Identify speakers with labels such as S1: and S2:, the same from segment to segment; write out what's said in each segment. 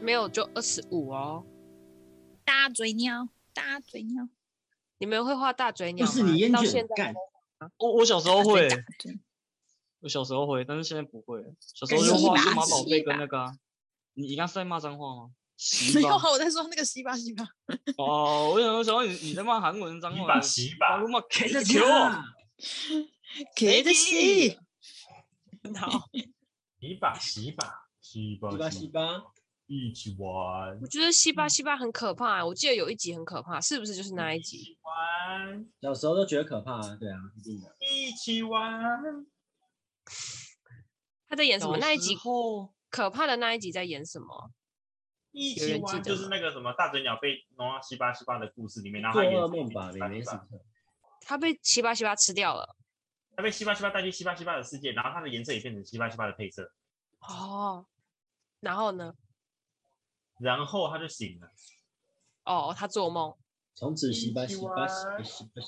S1: 没有就二十五哦。
S2: 大嘴鸟，大嘴鸟，
S1: 你们会画大嘴鸟
S3: 不
S1: 吗？
S3: 是你烟
S1: 到
S3: 卷
S1: 现在
S3: 干
S1: 还
S4: 我我小时候会
S2: 大，嘴
S4: 我小时候会，但是现在不会了。小时候就
S2: 洗
S4: 画
S2: 吧
S4: 数码宝
S2: 洗
S4: 贝跟
S2: 吧
S4: 那个啊。你你刚是在骂脏话吗？洗
S2: 没有
S4: 吧
S2: 啊，我在说那个西巴西巴，
S4: 哦，我想说你你在骂韩文脏
S5: 洗
S4: 话
S5: 吧
S4: 呢，
S5: 洗
S4: 马
S5: 吧
S4: 路，骂开
S3: 这
S4: 的
S3: 球
S4: 球，
S2: 给的
S4: 西
S2: 西，
S4: 好，
S5: 洗吧洗吧洗
S3: 洗
S5: 吧
S3: 吧洗吧，
S5: 一起玩
S1: 我觉得西巴西巴很可怕、欸我记得有一集很可怕，是不是就是那一集？
S5: 玩
S3: 小时候都觉得可怕啊，对啊，一定的。
S5: 一起玩，
S1: 他在演什么？
S4: 小
S1: 那一
S4: 时
S1: 集可怕的那一集在演什么？
S5: 一
S1: 有
S5: 起
S1: 人记
S5: 玩
S1: 得
S5: 就是
S1: 吗
S5: 那个什么大嘴鸟被弄到西巴西巴的故事里面，然后
S3: 做
S5: 他演
S3: 噩
S5: 成
S3: 梦吧，
S5: 西
S3: 每
S5: 巴
S3: 年
S5: 西
S3: 时
S5: 巴
S3: 刻。
S1: 他被西巴西巴吃掉了。
S5: 他被西巴西巴带去西巴西巴的世界，然后它的颜色也变成西巴西巴的配色，
S1: 哦，然后呢？
S5: 然后他就醒了。
S1: 哦，他做梦。
S3: 从此洗吧
S5: 一起
S3: 洗吧洗吧
S5: 玩
S3: 洗吧洗吧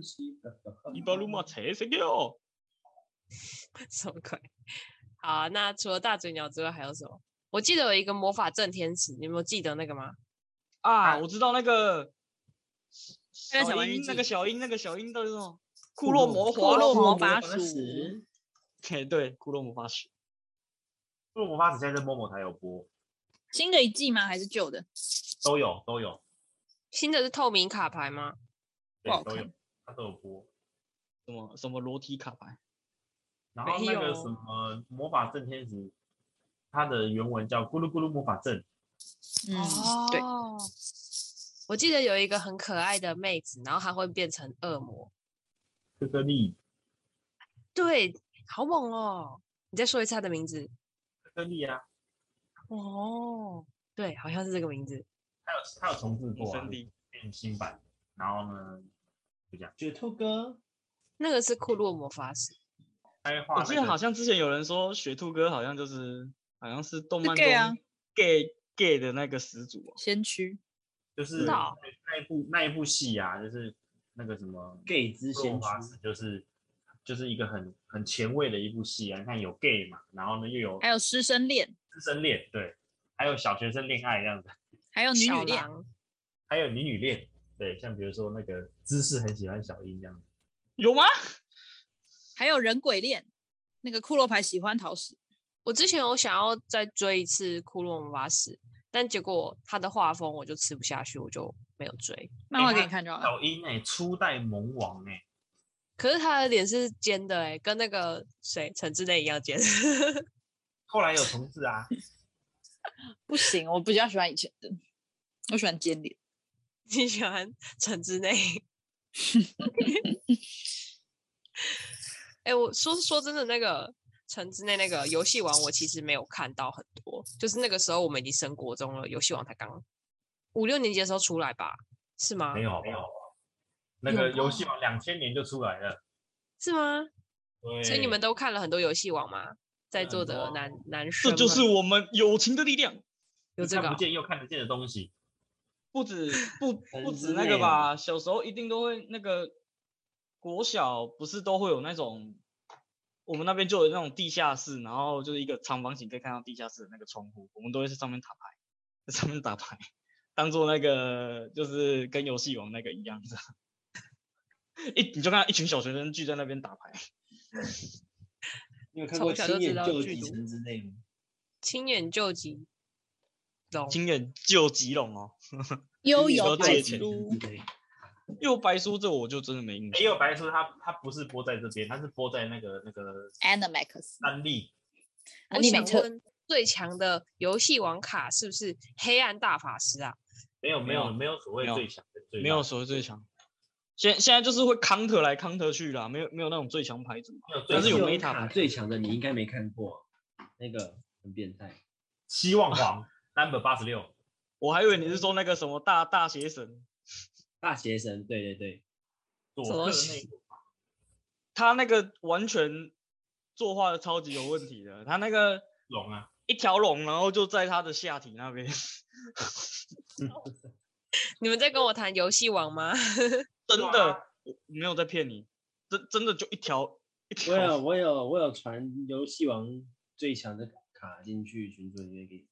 S3: 洗吧洗吧。
S4: 一把路骂彩色的哦。
S1: 什么鬼？好啊、那除了大嘴鸟之外还有什么？我记得有一个魔法正天使，你们有记得那个吗？
S4: 啊，
S5: 啊
S4: 我知道那个
S2: 那个小
S4: 小
S2: 玩具
S4: 樱，那
S2: 机
S4: 个小樱，那个小樱到底是什么？
S3: 库
S4: 库洛
S3: 洛
S4: 魔
S2: 库
S3: 哦
S2: 洛
S4: 魔
S2: 魔法
S3: 法石，
S4: 嘿，对，库洛魔法石。
S5: 不过魔法使现在在某某台有播，
S2: 新的一季吗？还是旧的？
S5: 都有都有，
S1: 新的是透明卡牌吗？
S2: 不好
S5: 对，都有
S2: 看，
S5: 它都有播。
S4: 什么什么楼梯卡牌？
S5: 然后
S1: 没
S5: 那个
S1: 有
S5: 什么魔法阵天使，它的原文叫咕噜咕噜魔法阵，
S2: 嗯，对，
S1: 哦。我记得有一个很可爱的妹子，然后她会变成恶魔。
S5: 哥哥力
S1: 对，好猛哦！你再说一次她的名字。
S5: 哥哥力啊，
S1: 哦，对，好像是这个名字。
S5: 它有它有重制
S4: 女
S5: 过、啊
S4: 生，弟
S5: 变新版。然后呢，
S3: 雪兔哥，
S1: 那个是库洛魔法石，
S5: 开画
S4: 我
S5: 那
S4: 记得
S5: 个
S4: 好像之前有人说雪兔哥好像就是好像是动
S2: 是
S4: 漫
S2: gay 啊
S4: 中 gay gay 的那个始祖哦。
S2: 先驱，
S5: 就是
S1: 知
S5: 那
S1: 道
S2: 哦
S5: 那一部那一部戏啊，就是那个什么
S3: gay 之
S5: 《先
S3: 先驱，
S5: 法使》，就是就是一个很很前卫的一部戏啊。你看有 gay 嘛，然后呢又有
S1: 哎
S2: 还有师生恋，
S5: 师生恋，对，还有小学生恋爱这样子，
S2: 还有女
S1: 小
S2: 女恋，
S1: 狼
S5: 还有女女恋，对，像比如说那个芝士很喜欢小樱这样子，
S4: 有吗？
S2: 还有人鬼恋。那个库洛牌喜欢桃矢，
S1: 我之前有想要再追一次《库洛魔法使》，但结果他的画风我就吃不下去，我就没有追。
S2: 漫
S5: 哎
S2: 画给
S5: 他
S2: 你看就好了。
S5: 小樱哎、初代萌王哎、
S1: 可是他的脸是尖的哎、跟那个谁陈志内一样尖。
S5: 后来有重置啊，
S2: 不行，我比较喜欢以前的，我喜欢尖脸。
S1: 你喜欢陈志内？哎、我说说真的，那个陈志内那个游戏王，我其实没有看到很多，就是那个时候我们已经升国中了，游戏王才刚五六年级的时候出来吧？是吗
S5: 没？有没有，那个游戏王两千年就出来了，
S1: 是吗？
S5: 对，
S1: 所以你们都看了很多游戏王吗？在
S5: 很
S1: 座的
S5: 多啊
S1: 男男生
S4: 这
S1: 们，
S4: 就是我们友情的力量。
S1: 有这个
S5: 看
S1: 哦
S5: 不见又看得见的东西，
S4: 不止不不
S3: 很
S4: 止
S3: 之
S4: 那个
S3: 类
S4: 吧，小时候一定都会那个国小不是都会有那种，我们那边就有那种地下室，然后就是一个长方形可以看到地下室的那个窗户，我们都会在上面打牌， 在上面打牌，当做那个就是跟游戏王那个一样的，一你就看到一群小学生聚在那边打牌，
S3: 你有看过
S1: 从小
S3: 《
S1: 就
S3: 青眼
S1: 知道
S3: 救
S1: 剧
S3: 急
S1: 毒
S3: 城》之类吗？
S1: 青眼救急龙，
S4: 经验救急龙哦。
S2: 悠
S4: 游
S2: 游
S4: 白
S2: 白
S4: 借钱
S2: 书，
S3: 之类的
S4: 又白书这我就真的没印
S5: 没
S4: 象，
S5: 有白书它它不是播在这边，它是播在那个那个
S2: Animax
S5: 三立，
S1: 我
S2: 啊你
S1: 想
S2: 没特
S1: 问最强的游戏王卡是不是黑暗大法师啊？
S5: 没有没
S4: 没
S5: 有
S4: 有
S5: 没有所谓
S4: 没有
S5: 最强跟最
S4: 没有
S5: 烂
S4: 所谓最强。现现在就是会 counter 来 counter 去啦，没有没有那种最强牌组。
S5: 没有最
S4: 但是有
S3: 游
S4: meta
S3: 戏王卡
S4: 牌
S3: 最强的你应该没看过，那个很变态。
S5: 希望黄 number 八十六，
S4: 我还以为你是说那个什么大大邪神，
S3: 大邪神，对对对，
S5: 佐
S1: 什么
S5: 克
S1: 东
S5: 内
S1: 西
S5: 部
S4: 他那个完全作画的超级有问题的，他那个
S5: 龙啊，
S4: 一条龙，然后就在他的下体那边，
S1: 你们在跟我谈游戏王吗？
S4: 真
S5: 对啊
S4: 的，我没有在骗你，真真的就一条一
S3: 我
S4: 条
S3: 有我有我有传游戏王最强的卡进去群组里面给你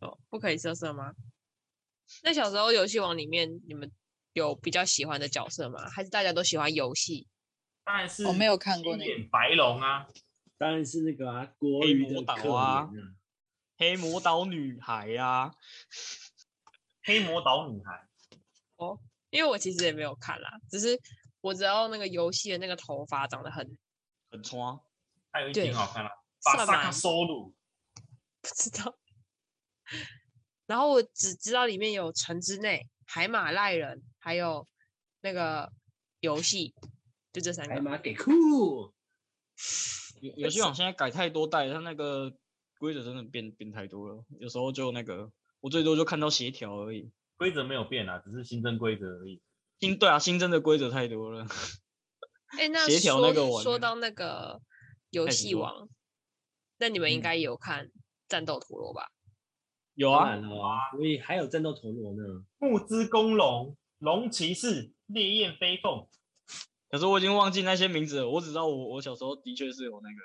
S3: 看。
S1: 哦不可以色色吗？那小时候游戏王里面你们有比较喜欢的角色吗？还是大家都喜欢游戏？
S5: 当然是
S2: 我没有看过那个
S5: 演白龙啊，
S3: 当然是那个啊，国语的
S4: 黑魔
S3: 可
S4: 岛啊
S3: 怜啊，
S4: 黑魔岛女孩啊，
S5: 黑魔岛女孩，
S1: 因为我其实也没有看啦，只是我知道那个游戏的那个头发长得很，
S4: 很穿，
S5: 还有一
S1: 对
S5: 挺好看啦，把
S1: 算
S5: 萨卡
S1: 吧，
S5: 收入，
S1: 不知道。 然后我只知道里面有城之内、海马赖人，还有那个游戏，就这三
S3: 海
S1: 个。
S3: 马给酷，
S4: 游游戏网现在改太多代了，它那个规则真的变变太多了，有时候就那个，我最多就看到协调而已。
S5: 规则没有变啊，只是新增规则而已。
S4: 新对啊，新增的规则太多了。
S1: 哎，那
S4: 协调
S1: 说
S4: 那个我
S1: 说
S4: 那个
S1: 到那个游
S4: 哎你
S1: 戏
S4: 说
S1: 王，那你们应
S4: 嗯
S1: 该也有看《战斗陀 螺》吧？
S4: 有
S3: 当
S4: 啊，
S3: 然了啊，所以还有战斗陀螺呢，
S5: 木之公龙、龙骑士、烈焰飞凤、
S4: 可是我已经忘记那些名字了，我只知道我我小时候的确是有那个，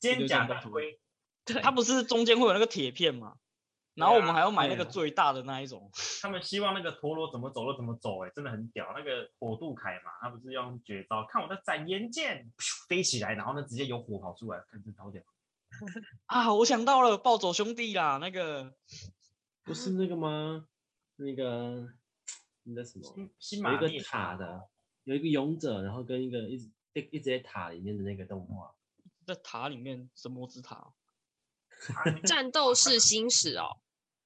S5: 肩甲
S4: 战斗
S5: 大
S4: 陀螺
S5: 龟，
S1: 对
S4: 它不是中间会有那个铁片嘛，然后
S5: 对
S4: 我
S5: 啊
S4: 们还要买
S5: 对
S4: 那个
S5: 啊
S4: 最大的那一种。
S5: 他们希望那个陀螺怎么走就怎么走、欸，哎，真的很屌。那个火渡凯嘛，他不是要用绝招，看我的斩炎剑，噗飞起来，然后呢直接有火跑出来，看这超屌。
S4: 啊，我想到了，暴走兄弟啦，那个
S3: 不是那个吗？那个那叫什么？
S5: 新新
S3: 哦有
S5: 马
S3: 一个
S5: 列
S3: 塔的，有一个勇者，然后跟一个一直一一直在塔里面的那个动画，
S4: 在塔里面神魔之塔，
S5: 塔，他那
S1: 《
S5: 个
S1: 战斗士星矢》哦，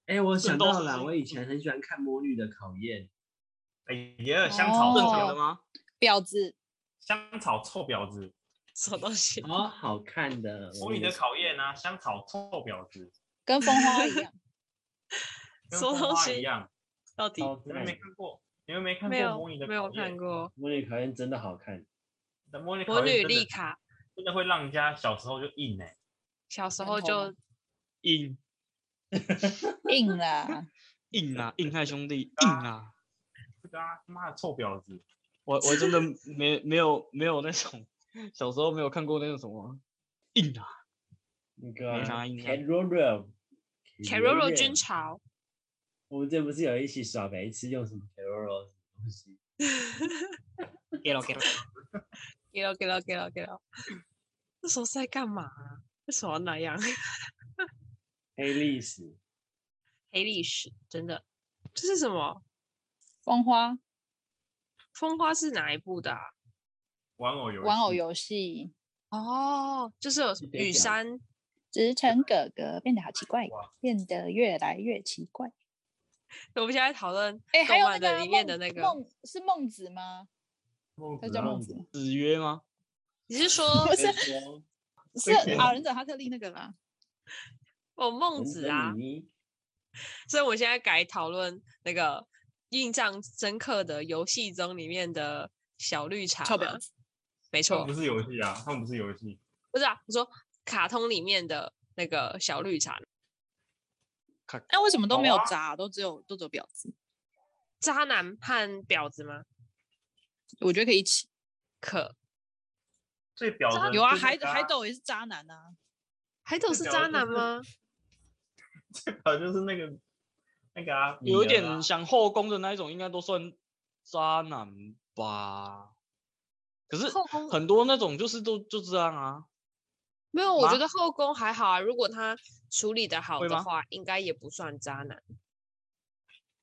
S3: 哎，我想
S4: 斗
S3: 到
S4: 士
S3: 了，
S4: 星
S3: 我以前很喜欢看《魔女的考验》，
S5: 哎呀，香
S1: 哦
S5: 草
S4: 正
S5: 臭
S4: 常
S5: 婊
S4: 的
S5: 子
S4: 吗？
S2: 婊子
S5: 香草臭婊子，
S1: 什么东西？
S3: 好好看的。
S5: 魔女的考验啊，香草臭婊子，
S2: 跟风花一 样，
S5: 跟
S1: 什么
S5: 风
S1: 东
S5: 花
S1: 西
S5: 一样。
S1: 到底
S3: 哦，
S5: 你们没
S3: 对，
S5: 看过？你们没看
S1: 没
S5: 过
S1: 有
S5: 魔女的
S1: 没有
S5: 考
S1: 看
S5: 验？
S1: 过
S3: 魔女考验真的好看，
S5: 那魔女
S1: 《
S5: 考
S1: 魔
S5: 验
S1: 女
S5: 真的
S1: 丽卡》，
S5: 真的会让人家小时候就硬哎、
S1: 小时
S2: 男
S1: 候
S2: 头
S1: 就
S4: 硬
S2: 硬啦，
S4: 硬啊，硬汉兄弟，硬啊！
S5: 这个啊，他妈的臭婊子！
S4: 我我真的没 没有没有那种 小时候没有看过那种什么硬啊，
S3: 那个
S4: 没啥印象
S3: Carol。
S1: 《Carol 军曹》，
S3: 我们这不是有一起耍白痴用什么 Carol 什么东西？
S4: 给了给了，
S1: 给了给了给了给了。那时候是在干嘛啊？为什么要那样？
S3: 黑历史，
S1: 黑历史真的，这是什么？
S2: 风花
S1: 风花是哪一部的啊？
S5: 玩偶游戏
S2: 玩 偶游戏，
S1: 哦，就是有什
S3: 是
S1: 么
S3: 谁
S1: 雨
S3: 讲
S1: 山
S2: 直城哥哥变得好奇怪
S5: 哇，
S2: 变得越来越奇怪。
S1: 我们现在讨论
S2: 哎，
S1: 动
S2: 还有
S1: 漫
S2: 那个
S1: 的
S2: 啊
S1: 里面
S2: 孟
S1: 的那个，
S2: 孟是孟子吗？他叫孟子吗，
S4: 子曰吗？
S1: 你是 说
S2: 不是
S3: 说
S2: 是
S5: 谁
S2: 《老忍者哈特利》那个啦。
S1: 哦孟子啊？所以我现在改讨论那个印象深刻的游戏中里面的小绿茶
S2: 臭婊
S1: 吗没
S5: 他
S1: 错
S5: 们不，是游戏啊，他们不是游戏。
S1: 不是啊，我说卡通里面的那个小绿茶
S2: 那为什么都没有
S5: 好啊
S2: 渣，都只有都只有婊子？
S1: 渣男和婊子吗？
S2: 我觉得可以一起。
S1: 可
S5: 最婊子的
S2: 有啊，
S5: 就是那
S2: 海
S5: 个啊
S2: 海斗也是渣男啊，
S1: 海斗
S5: 这
S1: 是
S5: 婊
S1: 渣
S5: 子
S1: 男
S5: 是
S1: 吗？
S5: 最婊子啊 就是那个那个啊，
S4: 有一
S5: 女人啊
S4: 点想后宫的那一种，应该都算渣男吧。可是
S1: 后宫
S4: 很多那种就是都就这样啊，
S1: 没有，我觉
S4: 吗
S1: 得后宫还好啊。如果他处理的好
S4: 会
S1: 的
S4: 吗
S1: 话，应该也不算渣男。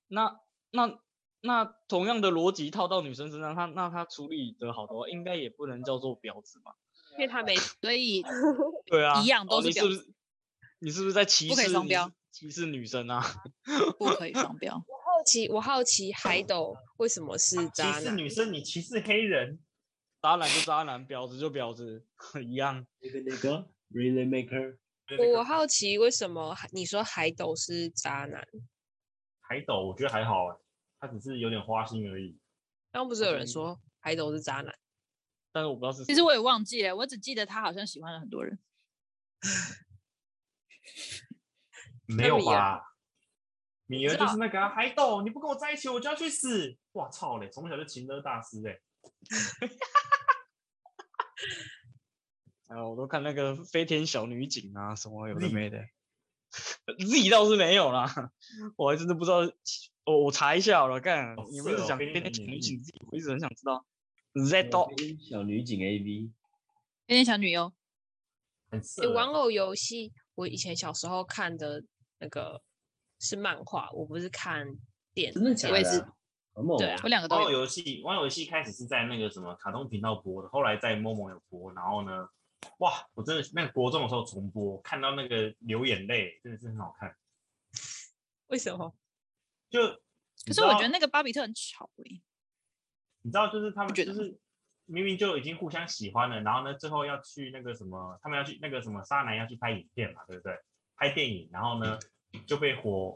S4: 那那那同样的逻辑套到女生身上，她那她处理的好的话，应该也不能叫做婊子吧？
S1: 因为他没
S2: 所以
S4: 对啊，
S2: 一样都
S4: 哦
S2: 是
S4: 你是
S2: 婊
S4: 不是你是不是在歧
S2: 不可以
S4: 视
S2: 双
S4: 你
S2: 标
S4: 是歧视女生啊？
S2: 不可以双标。
S1: 好奇，我好奇海斗为什么是
S5: 歧
S1: 渣
S5: 视
S1: 男？
S5: 女生，你歧视黑人，
S4: 渣男就渣男，婊子就婊子，一样。
S3: 那个那个 Really Maker
S5: 那
S1: 我
S5: 个
S1: 好奇为什么海你说海斗是渣男？
S5: 海斗我觉得还好哎、他只是有点花心而已。
S1: 刚刚不是有人
S4: 像
S1: 说海斗是渣男？
S4: 但是我不知道是
S2: 其
S4: 谁
S2: 实我也忘记了，我只记得他好像喜欢了很多人。
S5: 没有
S1: 米儿
S5: 吧？米
S1: 我
S5: 儿
S1: 知
S5: 就
S1: 道
S5: 是那个、啊、海斗，你不跟我在一起，我就要去死！哇操嘞，从小就情勒大师哎、
S4: 哎啊，我都看那个飞天小女警啊，什么有的
S5: 力
S4: 没的。 Z 倒是没有啦，我还真的不知道，我我查一下好了，看
S5: 哦
S4: 你们一
S5: 是
S4: 直
S5: 哦
S4: 讲
S5: 非
S4: 变
S5: 常
S4: 天小
S5: 有
S4: 女
S5: 意
S4: 警哦 Z，我一直很想知道 Z 到
S3: 小女警 A V，
S2: 有点小女优，
S5: 很色
S1: 欸
S5: 啊。
S1: 玩偶游戏，我以前小时候看的那个是漫画，我不是看电
S3: 真的假
S2: 我也
S3: 的
S2: 是
S3: 啊？好猛
S1: 对
S3: 啊
S1: 啊！
S2: 我两个都
S5: 玩偶
S2: 哦有。
S5: 游戏，玩偶游戏开始是在那个什么卡通频道播的，后来在某某有播，然后呢，哇，我真的是那个国中的时候重播，看到那个流眼泪，真的是很好看。
S1: 为什么？
S5: 就
S2: 可是我觉得
S5: 那。
S2: 那个巴比特很吵欸诶、
S5: 你知道，就是他们
S2: 不觉
S5: 就
S2: 得吗
S5: 是明明就已经互相喜欢了，然后呢，最后要去那个什么，他们要去那个什么，沙男要去拍影片嘛，对不对？拍电影，然后呢就被火，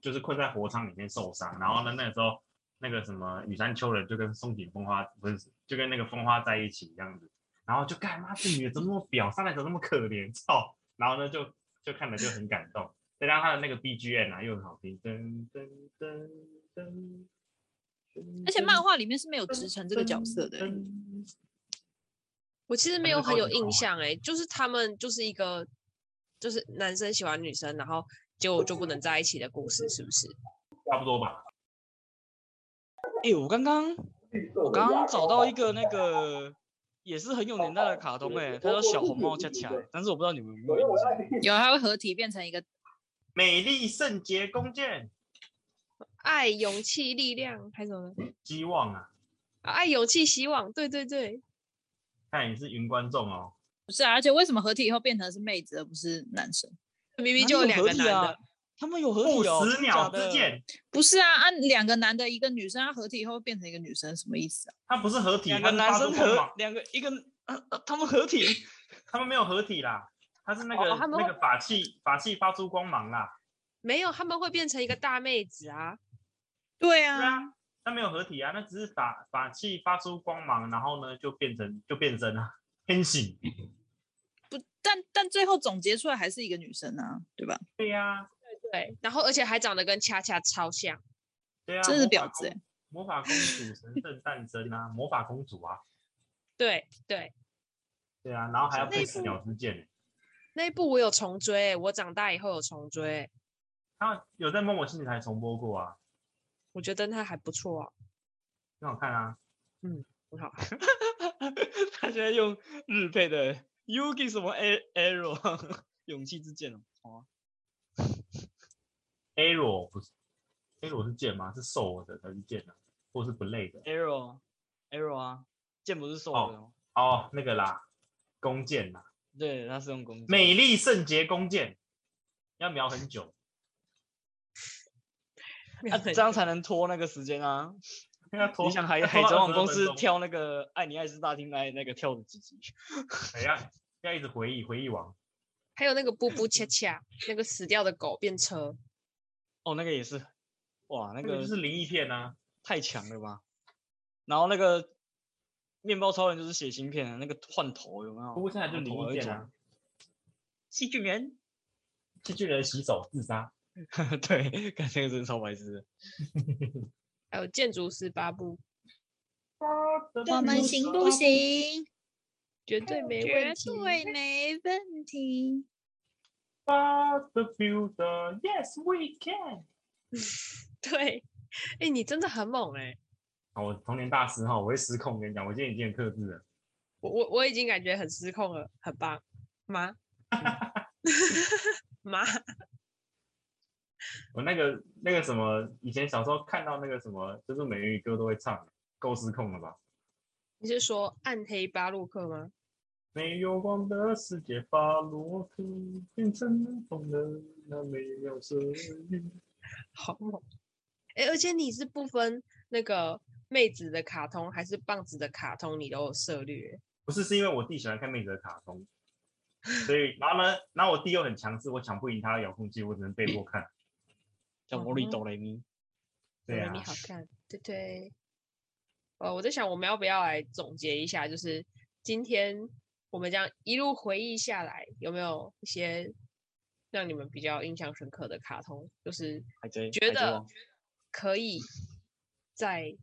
S5: 就是困在火场里面受伤，然后呢，那个时候那个什么羽山丘人就跟松井风花不是，就跟那个风花在一起这样子，然后就干妈这女的怎么那么婊，沙男怎么那么可怜，操！然后呢就就看了就很感动，再加上他的那个 BGM 啊又很好听，噔噔噔噔。
S2: 而且漫
S5: 画。
S2: 画里面是没有直成这个角色的欸、
S1: 我其实没
S5: 那
S1: 有
S5: 个
S1: 很
S5: 高
S1: 有
S5: 级动
S1: 印
S5: 画
S1: 象哎、就是他们就是一个就是男生喜欢女生，然后结果就不能在一起的故事，是不是？
S5: 差不多吧。
S4: 哎、我刚刚我刚刚找到一个那个也是很有年代的卡通哎、它叫小红帽恰恰，但是我不知道你们有没有印象。
S2: 有它会合体变成一个，
S5: 美丽、圣洁、弓箭、
S1: 爱、勇气、力量，还有什么呢？
S5: 希望啊！
S1: 啊爱、勇气、希望，对对对，
S5: 看你是云观众哦。
S2: 不是啊？而且为什么合体以后变成是妹子而不是男生？
S1: 明明
S4: 哪
S1: 就有
S4: 里
S1: 两
S4: 合
S1: 个
S4: 体
S1: 男的，
S4: 啊，他们有合
S5: 不
S4: 体哦，
S5: 死
S4: 真
S5: 鸟
S4: 假
S5: 之
S4: 的，
S5: 剑，
S2: 不是啊，按、两个男的，一个女生，啊他合体以后变成一个女生，什么意思啊？
S5: 它不是合体，
S4: 两个
S5: 它是
S4: 男
S5: 发出
S4: 生
S5: 光
S4: 合
S5: 芒，
S4: 两个一个、呃呃他们合体，
S5: 他们没有合体啦，它是那个
S1: 哦他们
S5: 那
S1: 会
S5: 个法器，法器发出光芒啦。
S1: 没有，他们会变成一个大妹子啊。
S2: 对
S5: 对
S2: 啊，
S5: 啊，那没有合体啊，那只是法法器发出光芒，然后呢就变成就变身啊，变形。
S2: 不，但但最后总结出来还是一个女生啊，对吧？
S5: 对呀，
S1: 对，然后而且还长得跟恰恰超像，
S5: 对呀，
S2: 真是
S5: 魔
S2: 婊子哎、
S5: 法公魔法公主神圣诞生啊，魔法公主啊，
S1: 对对。
S5: 对啊，然后还要
S1: 那
S5: 不
S1: 一
S5: 死
S1: 部
S5: 鸟之剑欸。
S1: 那一部我有重追欸、我长大以后有重追欸、
S5: 他有在某某新台重播过啊，
S1: 我觉得那还不错、啊，
S5: 很好看啊。
S1: 很好啊看。
S4: 他现在用日配的 Yuki 什么 A- Arrow 勇气之剑哦，哦
S5: Arrow 不是 Arrow 是剑吗？是瘦的才是剑啊，或是不累的
S4: Arrow Arrow 啊，剑不是瘦
S5: 哦
S4: 的哦，
S5: 哦，那个啦，弓箭啦，
S4: 对，他是用弓箭。
S5: 美丽圣洁弓箭，要瞄很久，
S1: 没有
S4: 啊，
S1: 很
S4: 这样才能拖那个时间啊！
S5: 要拖
S4: 你想海
S5: 要
S4: 海
S5: 拖
S4: 贼
S5: 到
S4: 王
S5: 22
S4: 公司
S5: 分钟
S4: 跳那个《爱你爱是大厅》那那个跳的几集，
S5: 哎呀，要一直回忆回忆王，
S1: 还有那个布布恰恰，那个死掉的狗变车，
S4: 哦，那个也是，哇，那
S5: 那个
S4: 个
S5: 就是灵异片啊，
S4: 太强了吧！然后那个面包超人就是写芯片的那个换头有没有？
S5: 不过现在就
S4: 换头
S5: 灵
S4: 而
S5: 异
S4: 已
S5: 片啊，
S4: 细菌人，
S5: 这巨人洗手自杀，
S4: 对，看那个真的超白痴的。
S1: 还有建筑师八部，
S5: 啊我们行不行？
S1: 绝对没问题。
S2: 没问题。
S5: But the future, yes we can。
S1: 对，哎、你真的很猛哎、
S5: 好，我童年大师哈，我会失控，我跟你讲，我今天已经很克制了。
S1: 我我我已经感觉很失控了，很棒， 妈妈，
S5: 我那个那个什么，以前小时候看到那个什么，就是美人鱼歌都会唱，够失控了吧？
S1: 你是说暗黑巴洛克吗？
S5: 没有光的世界，巴洛克变成了疯人，那没有声音。
S1: 好猛！哎、而且你是不分那个妹子的卡通还是棒子的卡通，你都有涉猎。
S5: 不是，是因为我弟喜欢看妹子的卡通，所以然后呢，然后我弟又很强势，我抢不赢他的遥控器，我只能被迫看。
S4: 叫
S1: 嗯
S4: 魔力
S1: 哼
S4: 哆来咪，
S5: 对
S1: 你
S5: 啊，
S1: 好看，对对。呃，我在想我们要不要来总结一下，就是今天我们这样一路回忆下来，有没有一些让你们比较印象深刻的卡通？就是
S4: 海贼
S1: 觉
S4: 海贼
S1: 得
S4: 王
S1: 可以再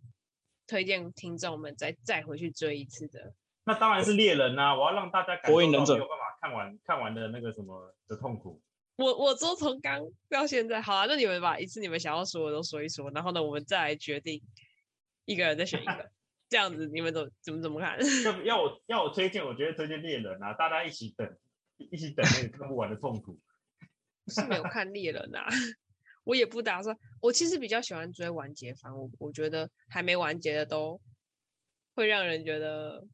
S1: 推荐听众们再再回去追一次的。
S5: 那当然是猎人啊！我要让大家感
S4: 火
S5: 受
S4: 影
S5: 到
S4: 忍者
S5: 没有办法看完看完的那个什么的痛苦。
S1: 我我做从刚到现在，好啊，那你们把一次你们想要说的都说一说，然后呢，我们再来决定一个人再选一个，这样子你们怎么怎么怎么看？
S5: 要要我要我推荐，我觉得推荐猎人啊，大家一起等，一起等那个看不完的痛苦。
S1: 是没有看猎人啊，我也不打算。我其实比较喜欢追完结番，我我觉得还没完结的都会让人觉得，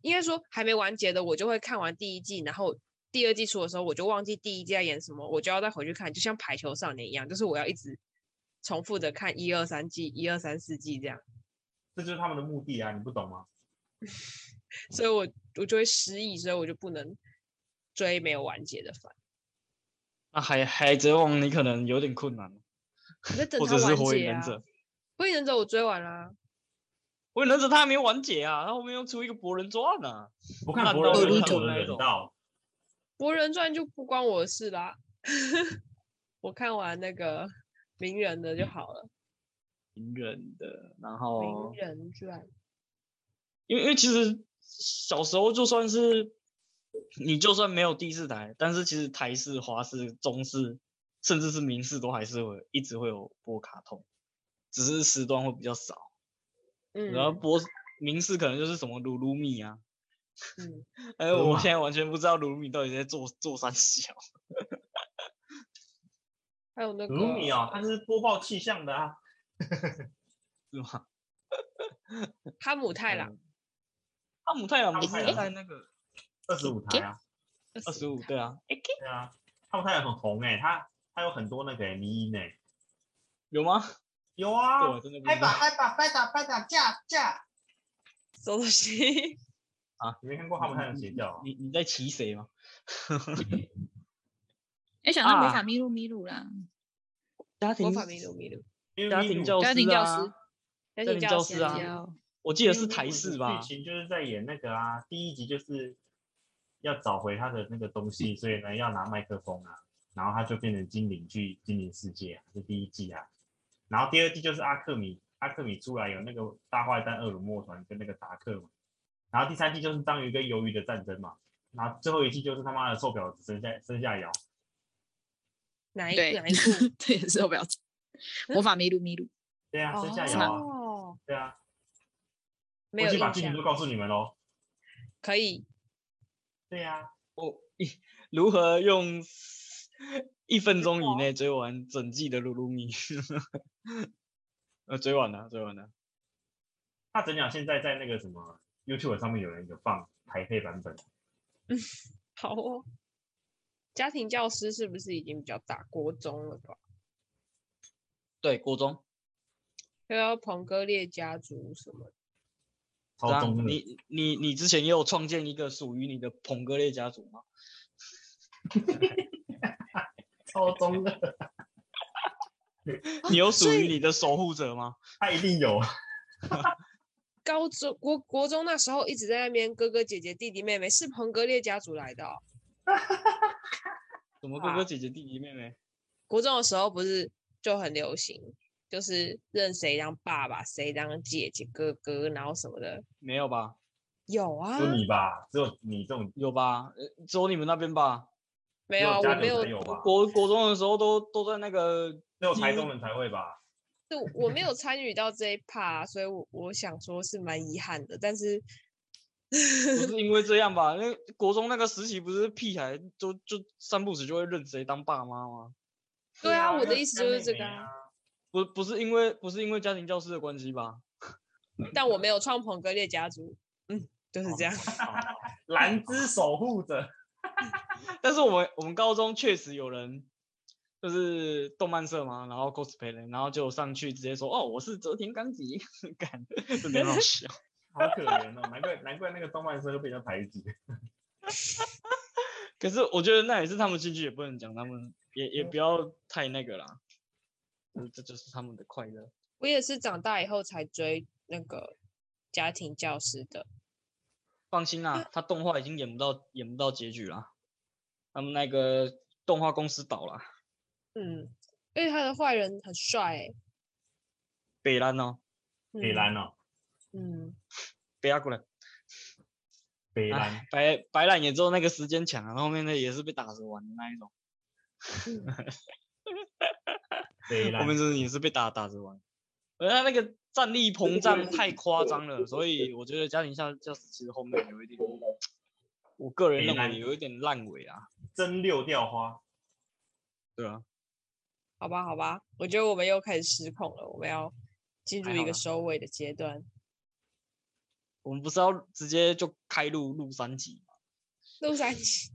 S1: 应该说还没完结的，我就会看完第一季，然后第二季出的时候，我就忘记第一季在演什么，我就要再回去看，就像排球少年一样，就是我要一直重复的看一二三季、一二三四季这样，
S5: 这就是他们的目的啊，你不懂吗？
S1: 所以我我就会失忆，所以我就不能追没有完结的番，
S4: 那海海贼王你可能有点困难，
S1: 我在等
S4: 或
S1: 它
S4: 者是
S1: 完
S4: 火影
S1: 结
S4: 忍
S1: 啊。
S4: 者。
S1: 火影忍者我追完啦、
S4: 火影忍者他还没完结啊，他后面又出一个博人啊传呢。
S5: 我看
S4: 烂
S5: 博
S4: 到
S5: 人
S2: 不
S5: 论看
S2: 行
S5: 我
S4: 那
S5: 忍
S4: 种
S5: 到，
S1: 《博人传》就不关我的事啦， 我看完那个鸣人的就好了。
S4: 鸣人的，然
S5: 哦
S1: 鸣
S4: 后
S1: 人传，
S4: 因为因为其实小时候就算是你就算没有第四台，但是其实台式、华视、中视，甚至是民视都还是会一直会有播卡通，只是时段会比较少。
S1: 嗯，
S4: 然后播民视可能就是什么鲁鲁米啊，
S1: 嗯，
S4: 哎，
S5: 鲁
S4: 我
S5: 马
S4: 现在完全不知道鲁鲁米到底在做做三小。
S1: 还有那个
S5: 鲁米哦，它是播报气象的啊。
S4: 是吗？
S1: 哈姆太郎，
S4: 嗯，阿姆太郎
S5: 汤
S4: 不
S5: 姆
S4: 是
S5: 太郎
S4: 在那个
S5: 二十五台啊，
S4: 二十五对啊？哎，
S5: 对啊，他们太阳很红哎、欸，他他有很多那个欸迷因哎、
S4: 有吗？
S5: 有
S4: 这
S5: 啊
S4: 我，真的不知道。
S5: 嗨吧嗨吧嗨吧架架，
S1: 什么东西？
S5: 你没看过他们太阳邪教啊？
S4: 你你在骑谁吗？
S6: 哎，想到
S4: 啊
S6: 美卡咪路咪路啦，
S4: 家庭
S1: 魔法迷路迷路，
S5: 因
S4: 家
S5: 为
S4: 庭教师、啊、
S6: 家庭教师
S1: 家
S4: 家
S1: 庭
S4: 庭
S1: 教
S4: 教
S1: 师
S4: 师啊
S1: 啊
S6: 要
S4: 我记得是台式吧
S5: 剧？情就是在演那个啊，第一集就是要找回他的那个东西，所以呢要拿麦克风啊，然后他就变成精灵去精灵世界啊，这第一季啊。然后第二季就是阿克米，阿克米出来有那个大坏蛋厄鲁莫团跟那个达克嘛。然后第三季就是章鱼跟鱿鱼的战争嘛。然后最后一季就是他妈的臭婊子生下生下瑶，
S1: 哪一
S6: 对
S1: 哪一 部？
S6: 这也是我表情。魔法咪路咪路，
S5: 对啊，生下瑶啊，
S1: 哦，
S5: 对啊。我
S1: 没
S5: 已
S1: 有
S5: 经把
S1: 印
S5: 剧情
S1: 象
S5: 都，告诉你们喽。
S1: 可以
S5: 对啊呀、
S4: 我一如何用一分
S1: 哦
S4: 钟以内追完整季的《鲁鲁米》？ 呃，追完了，追完了。
S5: 他整讲现在在那个什么 YouTube 上面有人有放台配版本。
S1: 好哦。家庭教师是不是已经比较大国中了吧？
S4: 对，国中，
S1: 又要彭哥列家族什么的？
S4: 这
S5: 超中
S4: 样
S5: 的，
S4: 你你你之前也有创建一个属于你的捧哥类家族吗？
S5: 超中的，
S4: 你有属
S1: 啊所
S4: 于
S1: 以
S4: 你的守护者吗？
S5: 他一定
S1: 啊
S5: 有。
S1: 高中国国中那时候一直在那边哥哥姐姐弟弟妹妹是彭格列家族来的、哦。
S4: 什么哥哥姐姐弟弟妹妹？
S1: 国中的时候不是就很流行，就是认谁当爸爸，谁当姐姐哥哥，然后什么的。
S4: 没有吧？
S1: 有啊
S5: 只，有你吧，只有你这种
S4: 有吧？呃只有你们那边吧？
S1: 没
S5: 只
S1: 有啊，
S5: 家
S1: 我
S5: 里
S1: 没有
S5: 才，有吧，
S4: 国国中的时候都都在那个
S5: 只有台中人才会吧。
S1: 是我没有参与到这一趴、啊所以我我想说是蛮遗憾的，但是
S4: 不是因为这样吧？那国中那个时期不是屁孩就就三不死就会认谁当爸妈吗？
S1: 对啊，我
S5: 那
S1: 的意思就是这个、
S5: 干妹妹
S1: 啊，
S5: 啊。
S4: 不不是因为不是因为家庭教师的关系吧？
S1: 但我没有创彭格列家族，嗯，
S5: 哦
S1: 就是这样。
S5: 蓝之守护者，
S4: 但是我们我们高中确实有人就是动漫社嘛，然后 cosplay 的，然后就上去直接说哦我是泽田刚吉，干，真的很好笑。
S5: 好可怜哦，难怪难怪那个动漫社会被人家排挤。
S4: 可是我觉得那也是他们进去也不能讲他们也也不要太那个啦，嗯这就是他们的快乐。
S1: 我也是长大以后才追那个家庭教师的，
S4: 放心啦，他动画已经演不到演不到结局啦，他们那个动画公司倒了，
S1: 嗯，因为他的坏人很帅、欸，
S4: 北兰哦，
S5: 北
S1: 嗯，
S5: 兰哦，
S1: 嗯，
S4: 北亚过来，
S5: 北
S4: 哎
S5: 兰，
S4: 白白兰也只有那个时间抢啊，后面那也是被打着玩的那一种。
S5: 对啦
S4: 我，们真的也是被打打着玩。而他那个战力膨胀太夸张了，所以我觉得家庭教教师其实后面有一点，我个人
S5: 北
S4: 认为
S5: 兰
S4: 有一点烂尾啊，
S5: 真六掉花，
S4: 对啊，
S1: 好吧，好吧，我觉得我们又开始失控了，我们要进入
S4: 还
S1: 一
S4: 好
S1: 个
S4: 啦
S1: 收尾的阶段。
S4: 我们不是要直接就开录录三集吗？
S1: 录三集，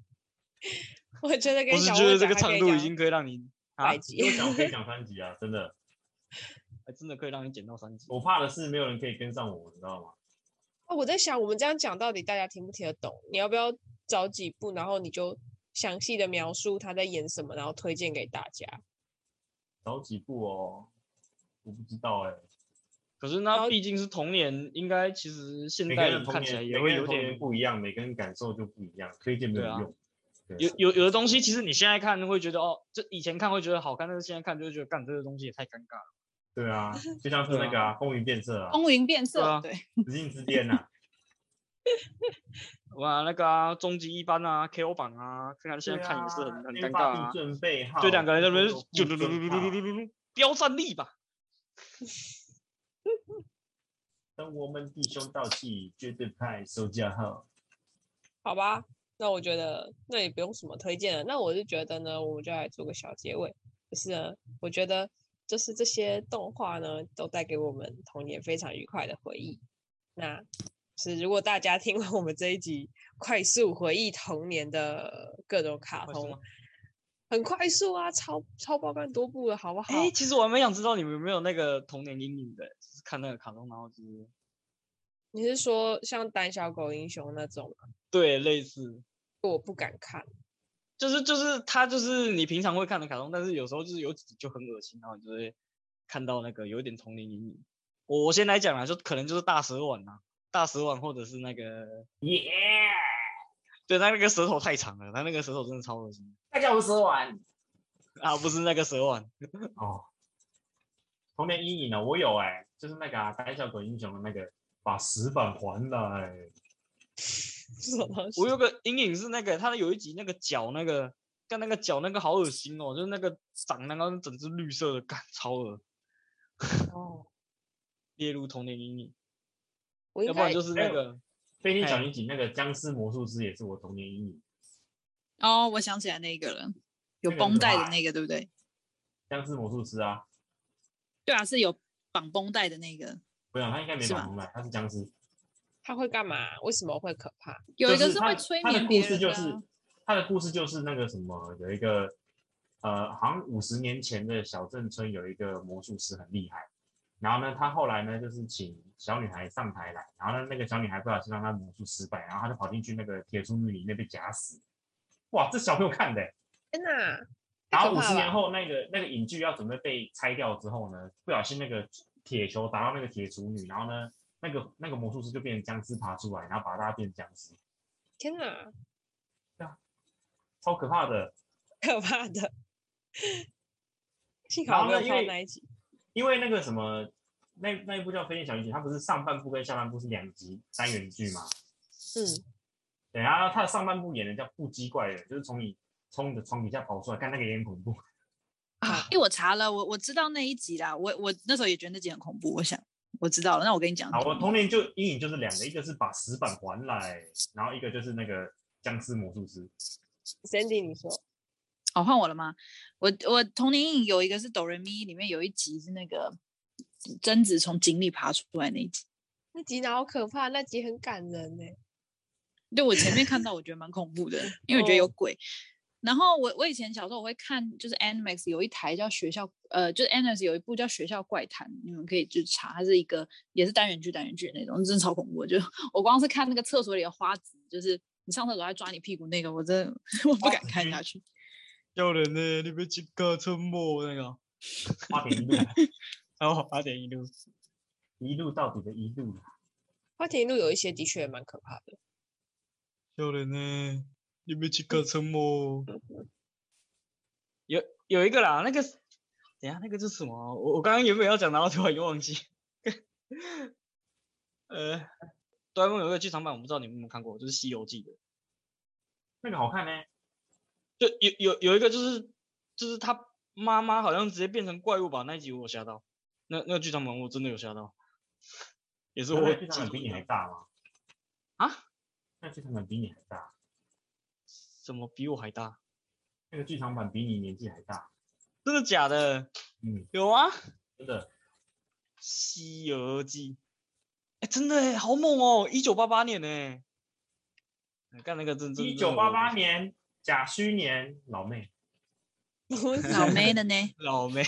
S1: 我觉得
S4: 我
S1: 跟
S4: 是
S1: 小
S4: 觉
S1: 莫
S4: 得这
S1: 讲还
S4: 个
S1: 可
S4: 长
S1: 以
S4: 度
S1: 讲
S4: 已经可以让你啊
S1: 百，集
S5: 因为讲我可以讲三集啊，真的。
S4: 还真的可以让你剪到三集。
S5: 我怕的是没有人可以跟上我，你知道吗？
S1: 哦我在想，我们这样讲到底大家听不听得懂？你要不要找几部，然后你就详细的描述他在演什么，然后推荐给大家？
S5: 找几部哦，我不知道哎、
S4: 可是那毕竟是童年，应该其实现
S5: 每个
S4: 代
S5: 人
S4: 人
S5: 童
S4: 看起来
S5: 年
S4: 也
S5: 每个
S4: 会有
S5: 人童
S4: 点
S5: 年不一样，每个人感受就不一样，推荐没有
S4: 对啊
S5: 用。对
S4: 有有有的东西，其实你现在看会觉得哦，这以前看会觉得好看，但是现在看就会觉得干这个东西也太尴尬了。
S5: 对啊，就像是那个啊， 风云变色啊，
S2: 风云变色，
S4: 对啊
S2: 对，
S5: 紫禁之巅啊，
S4: 哇，那个啊，终极一班啊，KO 榜啊，看看 现在
S5: 对
S4: 看也是很、
S5: 啊
S4: 很
S5: 先
S4: 尴
S5: 发
S4: 尬
S5: 必
S4: 啊。
S5: 准备好，
S4: 就两个人在那边
S5: 后
S4: 就
S5: 有
S4: 嘟
S5: 不
S4: 嘟嘟
S5: 准
S4: 嘟
S5: 怕
S4: 嘟嘟嘟嘟，飙战力吧。
S5: 等我们弟兄到齐，绝对派收假号。
S1: 好吧，那我觉得那也不用什么推荐了。那我就觉得呢，我们就来做个小结尾，就是呢，我觉得就是这些动画呢，都带给我们童年非常愉快的回忆。那是如果大家听完我们这一集，快速回忆童年的各种卡
S4: 快速
S1: 通
S4: 吗，
S1: 很快速啊，超超爆干多部了，好不好？
S4: 哎、其实我还蛮想知道你们有没有那个童年阴影的，就是看那个卡通，然后就是
S1: 你是说像胆小狗英雄那种吗？
S4: 对类似，
S1: 我不敢看。
S4: 就是就是它就是你平常会看的卡通，但是有时候就是有几集就很恶心，然后你就会看到那个有一点童年阴影。我我先来讲啦，就可能就是大蛇丸啊，大蛇丸或者是 那个，
S5: 耶！
S4: 对，它那个舌头太长了，它那个舌头真的超恶心
S5: 大家我说完
S4: 啊，不是那个蛇丸，
S5: 哦。童年阴影呢，我有哎、就是那个啊，胆小鬼英雄的那个，把石板还来。
S1: 什么东西
S4: 我？有个阴影是那个，他有一集那个脚那个，干那个脚那个好恶心哦，就是那个长那个整只绿色的，干超恶，
S1: 哦，
S4: 列入童年阴影。
S1: 我应
S4: 要不然
S1: 该
S4: 就是那
S5: 哎
S4: 个，
S5: 飞天小
S4: 嘿
S5: 女警那个僵尸魔术师也是我童年阴影，
S6: 哦，我想起来那个了，有
S5: 那个很
S6: 绷带
S5: 可
S6: 的
S5: 爱
S6: 那个，对不对？
S5: 僵尸魔术师啊，
S6: 对啊，是有绑绷带的那个。
S5: 不想他应该没
S6: 是
S5: 把
S6: 吗
S5: 红来，他是僵尸。
S1: 他会干嘛？为什么会可怕？
S6: 有一
S5: 就
S6: 个
S5: 是他
S6: 会催
S5: 他的
S6: 眠
S5: 故
S6: 别
S5: 事
S6: 人
S5: 就
S6: 的
S5: 是
S6: 啊，
S5: 他的故事就是那个什么，有一个呃，好像五十年前的小镇村有一个魔术师很厉害，然后呢，他后来呢就是请小女孩上台来，然后呢那个小女孩不小心让他魔术失败，然后他就跑进去那个铁处女里面被夹死。哇，这小朋友看的欸、
S1: 天哪！太
S5: 然后
S1: 可
S5: 五
S1: 怕
S5: 十
S1: 了
S5: 年
S1: 吧
S5: 后，那个那个影剧要准备被拆掉之后呢，不小心那个铁球打到那个铁处女，然后呢，那个那个魔术师就变成僵尸爬出来，然后把大家变僵尸，
S1: 天哪，
S5: 超可怕的。
S1: 可怕的！幸
S5: 然
S1: 好
S5: 后
S1: 我
S5: 呢，
S1: 没有
S5: 因
S1: 看到那一
S5: 为
S1: 集。
S5: 因为那个什么，那那一部叫《飞天小女警》，它不是上半部跟下半部是两集单元剧嘛？
S1: 嗯，
S5: 对，然后它的上半部演的叫不羁怪人，就是从你从你的床底下跑出来，看那个也很恐怖。
S1: 啊
S6: 因为我查了，我我知道那一集啦，我我那时候也觉得那集很恐怖，我想我知道了，那我跟你讲，
S5: 好，我童年就阴影就是两个，一个是把石板还来，然后一个就是那个僵尸魔术师。
S1: ，Sandy，你说
S6: 哦，换我了吗？我我童年阴影有一个是哆瑞咪，里面有一集是那个贞子从井里爬出来那一集。
S1: 那集哪好可怕？那集很感人呢、
S6: 对我前面看到，我觉得蛮恐怖的，因为我觉得有
S1: 哦
S6: 鬼。然后我我以前小时候我会看，就是 Animax 有一台叫学校，呃，就是 Animax 有一部叫《学校怪谈》，你们可以去查，它是一个也是单元剧单元剧的那种，真的超恐怖的。就我光是看那个厕所里的花子，就是你上厕所还抓你屁股那个，我真的 我不
S5: 花
S6: 敢
S5: 子
S6: 看
S5: 君
S6: 下去。
S4: 叫人呢，你被金刚沉默那个，
S5: 花田一路，
S4: 然后八点一路，
S5: 一路到底的一路。
S1: 花田一路有一些的确也蛮可怕的。
S4: 叫人呢，你被金刚沉默。嗯 有有一个啦，那个是，等一下那个是什么啊？我我刚刚原本要讲，然后突然又忘记。 呃，哆啦 A 梦有一个剧场版，我不知道你们有没有看过，就是《西游记》的。
S5: 那个好看呢、
S4: 就有有有一个就是就是他妈妈好像直接变成怪物吧？那一集我有吓到，那那个剧场版我真的有吓到，也是
S5: 那
S4: 我
S5: 剧场版比你还大吗？
S4: 啊？
S5: 那剧场版比你还大？
S4: 怎么比我还大？
S5: 那个剧场版比你年纪还大？
S4: 真的假的？
S5: 嗯，
S4: 有啊，《
S5: 真的，
S4: 西游记》哎，真的哎，好猛哦！一九八八年呢，干那个真真
S5: 一九八八年甲戌年，老妹，
S1: 哦
S6: 老妹的呢？
S4: 老妹，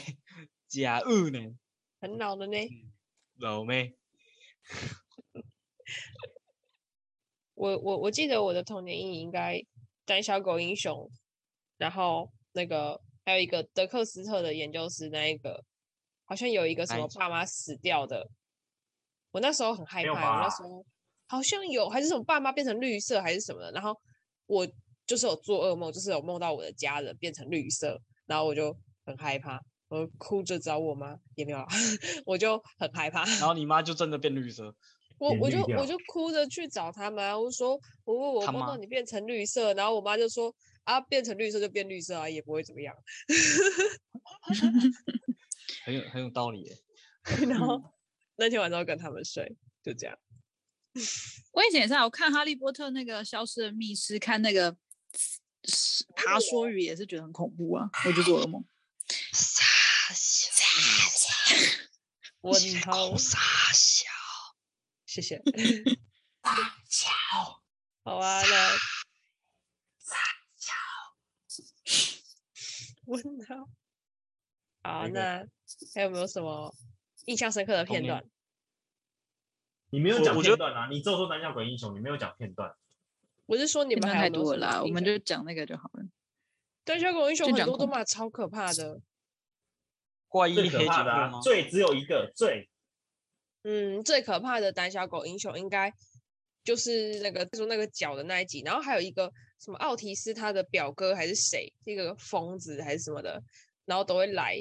S4: 甲午年
S1: 很老的呢。
S4: 老妹，
S1: 我我我记得我的童年阴影应该《胆小狗英雄》，然后那个还有一个德克斯特的研究室那一个，好像有一个什
S4: 哪一
S1: 么
S4: 集
S1: 爸妈死掉的，我那时候很害
S5: 没有
S1: 怕，我那
S5: 吧
S1: 时候好像有还是什么爸妈变成绿色还是什么的，然后我就是有做噩梦，就是有梦到我的家人变成绿色，然后我就很害怕，我哭着找我妈也没有啦， 我就很害怕。
S4: 然后你妈就真的变绿色，
S1: 我
S5: 脸
S1: 我
S5: 绿
S1: 就
S5: 掉
S1: 我就哭着去找他们啊，我就说我问我
S4: 他
S1: 梦到
S4: 妈
S1: 你变成绿色，然后我妈就说啊变成绿色就变绿色啊，也不会怎么 样。
S4: 很有很有道理耶。
S1: 然后
S6: 嗯
S1: 那天晚上跟他们睡，就这样。
S6: 我以前也是啊，我看《哈利波特》那个消失的密室，看那个爬梭鱼也是觉得很恐怖啊，我就做噩梦。
S1: 我好傻笑，谢谢。傻笑，好啊，那傻笑，问 号。好，啊
S5: 那个
S1: 那还有没有什么印象深刻的
S4: 童
S1: 片
S4: 年
S1: 段？
S5: 你没有
S4: 我
S5: 讲
S4: 我觉
S5: 片
S4: 得
S5: 段啊，你只有说胆小鬼英雄，你没有讲片段。
S1: 我是说你
S6: 片
S1: 们
S6: 段
S1: 还
S6: 太
S1: 有没有
S6: 多
S1: 什
S6: 了
S1: 么
S6: 啦，我
S1: 印
S6: 们
S1: 象
S6: 就讲那个就好了。
S1: 胆小狗英雄
S6: 就
S1: 很
S6: 讲
S1: 多都
S6: 恐
S1: 嘛超可怕的，
S4: 怪医
S5: 最
S4: 黑
S5: 可
S4: 警
S5: 怕
S4: 会
S5: 的、啊
S4: 吗，？
S5: 最只有一个最，
S1: 嗯，最可怕的胆小狗英雄应该就是那个就是那个脚的那一集，然后还有一个什么奥提斯他的表哥还是谁，一个疯子还是什么的，然后都会来，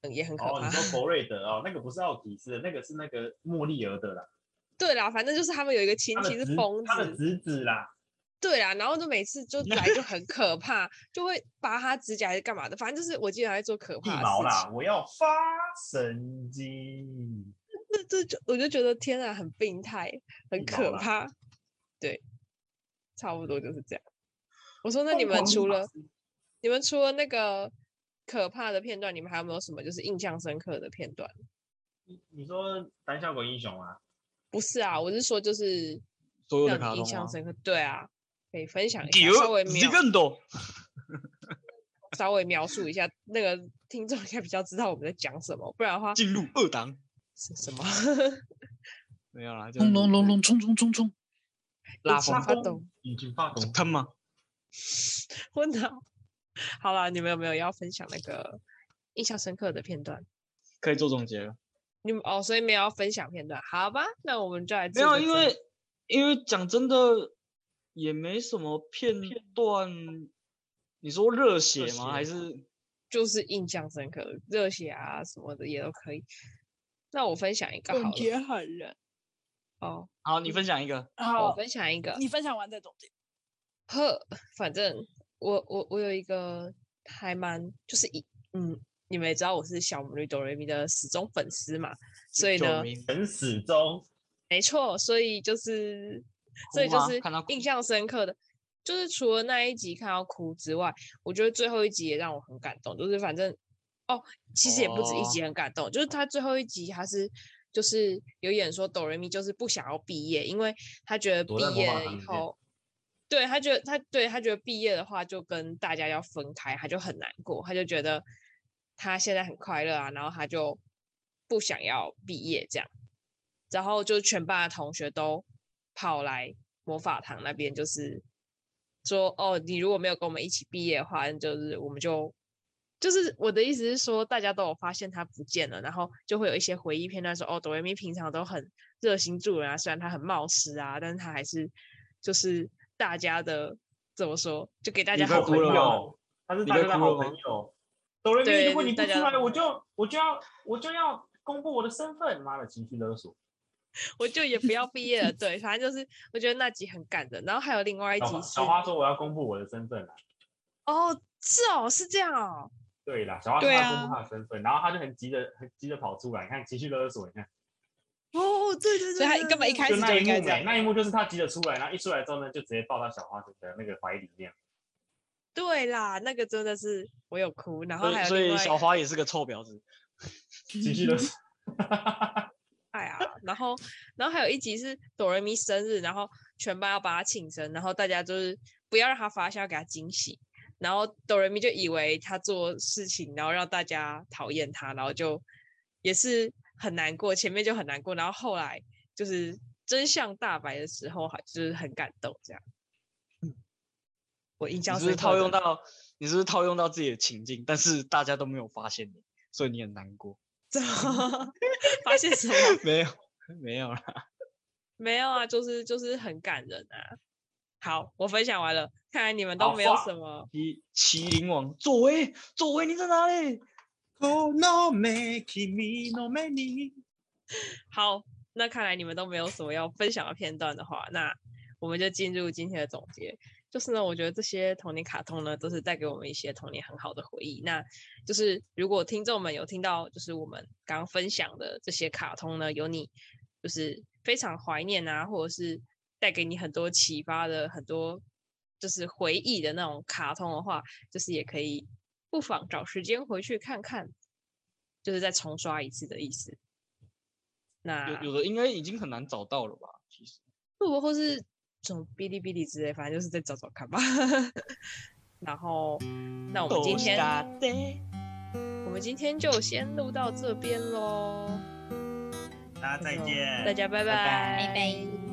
S1: 嗯，也很可
S5: 哦，
S1: 怕
S5: 你。说佛瑞德哦，那个不是奥提斯的，那个是那个莫利尔的啦，
S1: 对啦，反正就是他们有一个亲
S5: 他的
S1: 戚是
S5: 侄
S1: 疯
S5: 他的
S1: 子，
S5: 侄子啦，
S1: 对啦，然后就每次就来就很可怕，就会拔他指甲还是干嘛的，反正就是我记得还在做可
S5: 地
S1: 怕
S5: 毛
S1: 的事
S5: 啦
S1: 情。，
S5: 我要发神经。
S1: 这这就我就觉得天啊，很病态，很
S5: 地
S1: 可
S5: 毛啦
S1: 怕。对，差不多就是这样。我说，那你
S5: 疯
S1: 们
S5: 狂地
S1: 除
S5: 把
S1: 了你们除了那个可怕的片段，你们还有没有什么就是印象深刻的片段？
S5: 你你说胆小鬼英雄啊，
S1: 不是啊，我是说就是
S4: 所有的
S1: 让
S4: 卡
S1: 你印
S4: 通
S1: 象
S4: 吗？
S1: 深刻。对啊，可以分享一下，稍微
S4: 有
S1: 描
S4: 这更多，
S1: 稍微描述一下，那个听众应该比较知道我们在讲什么，不然的 话
S4: 进入二档。
S1: 是什么？
S4: 没有啦，就
S6: 轰嗯隆隆隆，冲冲冲冲！
S4: 拉
S1: 发
S4: 风
S1: 发抖，
S5: 引擎发动，
S4: 疼吗？
S1: 昏倒。 好啦，你们有没有要分享那个印象深刻的片段？
S4: 可以做总结了。
S1: 你们哦，所以没有要分享片段，好吧？那我们就来
S4: 没
S1: 做
S4: 有，
S1: 个
S4: 因
S1: 总
S4: 为因为讲真的，也没什么片段。你说热血
S5: 血
S4: 吗？还是
S1: 就是印象深刻，热血啊什么的也都可以。那我分享一个
S6: 嗯
S1: 好了
S6: 好 了，
S1: 哦，
S4: 好？你分享一个。
S1: 我
S6: 好，
S1: 分享一个
S6: 你分享完再总结。
S1: 呵，反正我我我有一个还蛮就是一嗯，你们也知道我是小魔女哆瑞咪的死忠粉丝嘛，所以
S4: 救
S1: 呢，
S4: 命
S5: 陈始终，
S1: 没错，所以就是，所以
S4: 哭
S1: 就
S4: 吗
S1: 是
S4: 看到
S1: 印
S4: 哭
S1: 象深刻的，就是除了那一集看到哭之外，我觉得最后一集也让我很感动。就是反正哦，其实也不止一
S4: 哦
S1: 集很感动，就是他最后一集他是就是有演说哆瑞咪就是不想要毕业，因为他觉得毕
S5: 躲在
S1: 业
S5: 魔法
S1: 了
S5: 堂
S1: 以
S5: 里面
S1: 后，对他觉得他对他觉得毕业的话就跟大家要分开，他就很难过，他就觉得他现在很快乐啊，然后他就不想要毕业这样，然后就全班的同学都跑来魔法堂那边，就是说哦，你如果没有跟我们一起毕业的话，就是我们就。就是我的意思是说，大家都有发现他不见了，然后就会有一些回忆片段说，哦，哆瑞咪平常都很热心助人啊，虽然他很冒失啊，但是他还是就是大家的怎么说，就给大
S4: 你
S1: 家
S4: 不要
S1: 好
S5: 好
S4: 哭
S1: 朋
S5: 朋
S4: 了吗
S1: 友。
S5: 友，他是
S4: 你
S5: 大
S4: 被
S5: 家的
S4: 哭
S5: 好
S4: 了吗
S5: 朋友。哆瑞咪，
S1: 对
S5: 如果你不
S1: 大
S5: 出
S1: 家的
S5: 来，
S1: 好
S5: 我就我就要我就要公布我的身份，妈的情绪勒索。
S1: 我就也不要毕业了。对，反正就是我觉得那集很感人。然后还有另外一
S5: 小
S1: 集
S5: 花
S1: 是
S5: 小花说我要公布我的身份了，
S1: 哦，是哦，是这样哦，
S5: 对啦，小花
S2: 对
S5: 他公布
S2: 啊
S5: 他的身份，然后他就很急着很急着跑出来，你看情绪勒索，你看
S2: 哦，对对对，
S6: 所以他
S1: 嗯
S6: 根本一开
S5: 就
S6: 始
S5: 那
S6: 就
S5: 一
S6: 应该
S5: 幕
S6: 这
S5: 欸
S6: 样。
S5: 那一幕就是他急着出来，然后一出来之后呢，就直接抱到小花的那个怀里面。
S1: 对啦，那个真的是我有哭，然后
S4: 所
S1: 还
S4: 以
S1: 有
S4: 所
S1: 另
S4: 以
S1: 外
S4: 小花也是个臭婊子，
S5: 情 绪勒索，
S1: 哎呀，然后然后还有一集是哆瑞咪生日，然后全班要帮他庆生，然后大家就是不要让他发笑，给他惊喜。然后哆瑞咪就以为他做事情，然后让大家讨厌他，然后就也是很难过，前面就很难过，然后后来就是真相大白的时候，还就是很感动这样。我印
S4: 嗯你
S1: 象
S4: 是不
S1: 深
S4: 是
S1: 刻
S4: 套
S1: 的
S4: 用到你是不是套用到自己的情境，但是大家都没有发现你，所以你很 难过。
S1: 怎么发现什么？
S4: 没有没有啦，
S1: 没有啊，就是就是很感人啊。好，我分享完了，看来你们都
S5: 好
S1: 没有
S5: 话
S1: 什么。
S4: 麒麒麟王佐威佐威你在哪里？
S3: no me kimi no me ni。
S1: 好，那看来你们都没有什么要分享的片段的话，那我们就进入今天的总结。就是呢，我觉得这些童年卡通呢，都是带给我们一些童年很好的回忆。那就是如果听众们有听到，就是我们刚刚分享的这些卡通呢，有你就是非常怀念啊，或者是带给你很多启发的很多就是回忆的那种卡通的话，就是也可以不妨找时间回去看看，就是再重刷一次的意思。那
S4: 有有的应该已经很难找到了吧？其实
S1: 不过或是什么哔哩哔哩之类，反正就是再找找看吧。 然后，那我们今天我们今天就先录到这边喽，
S5: 大家再见，
S1: 嗯大家拜拜
S6: 拜拜。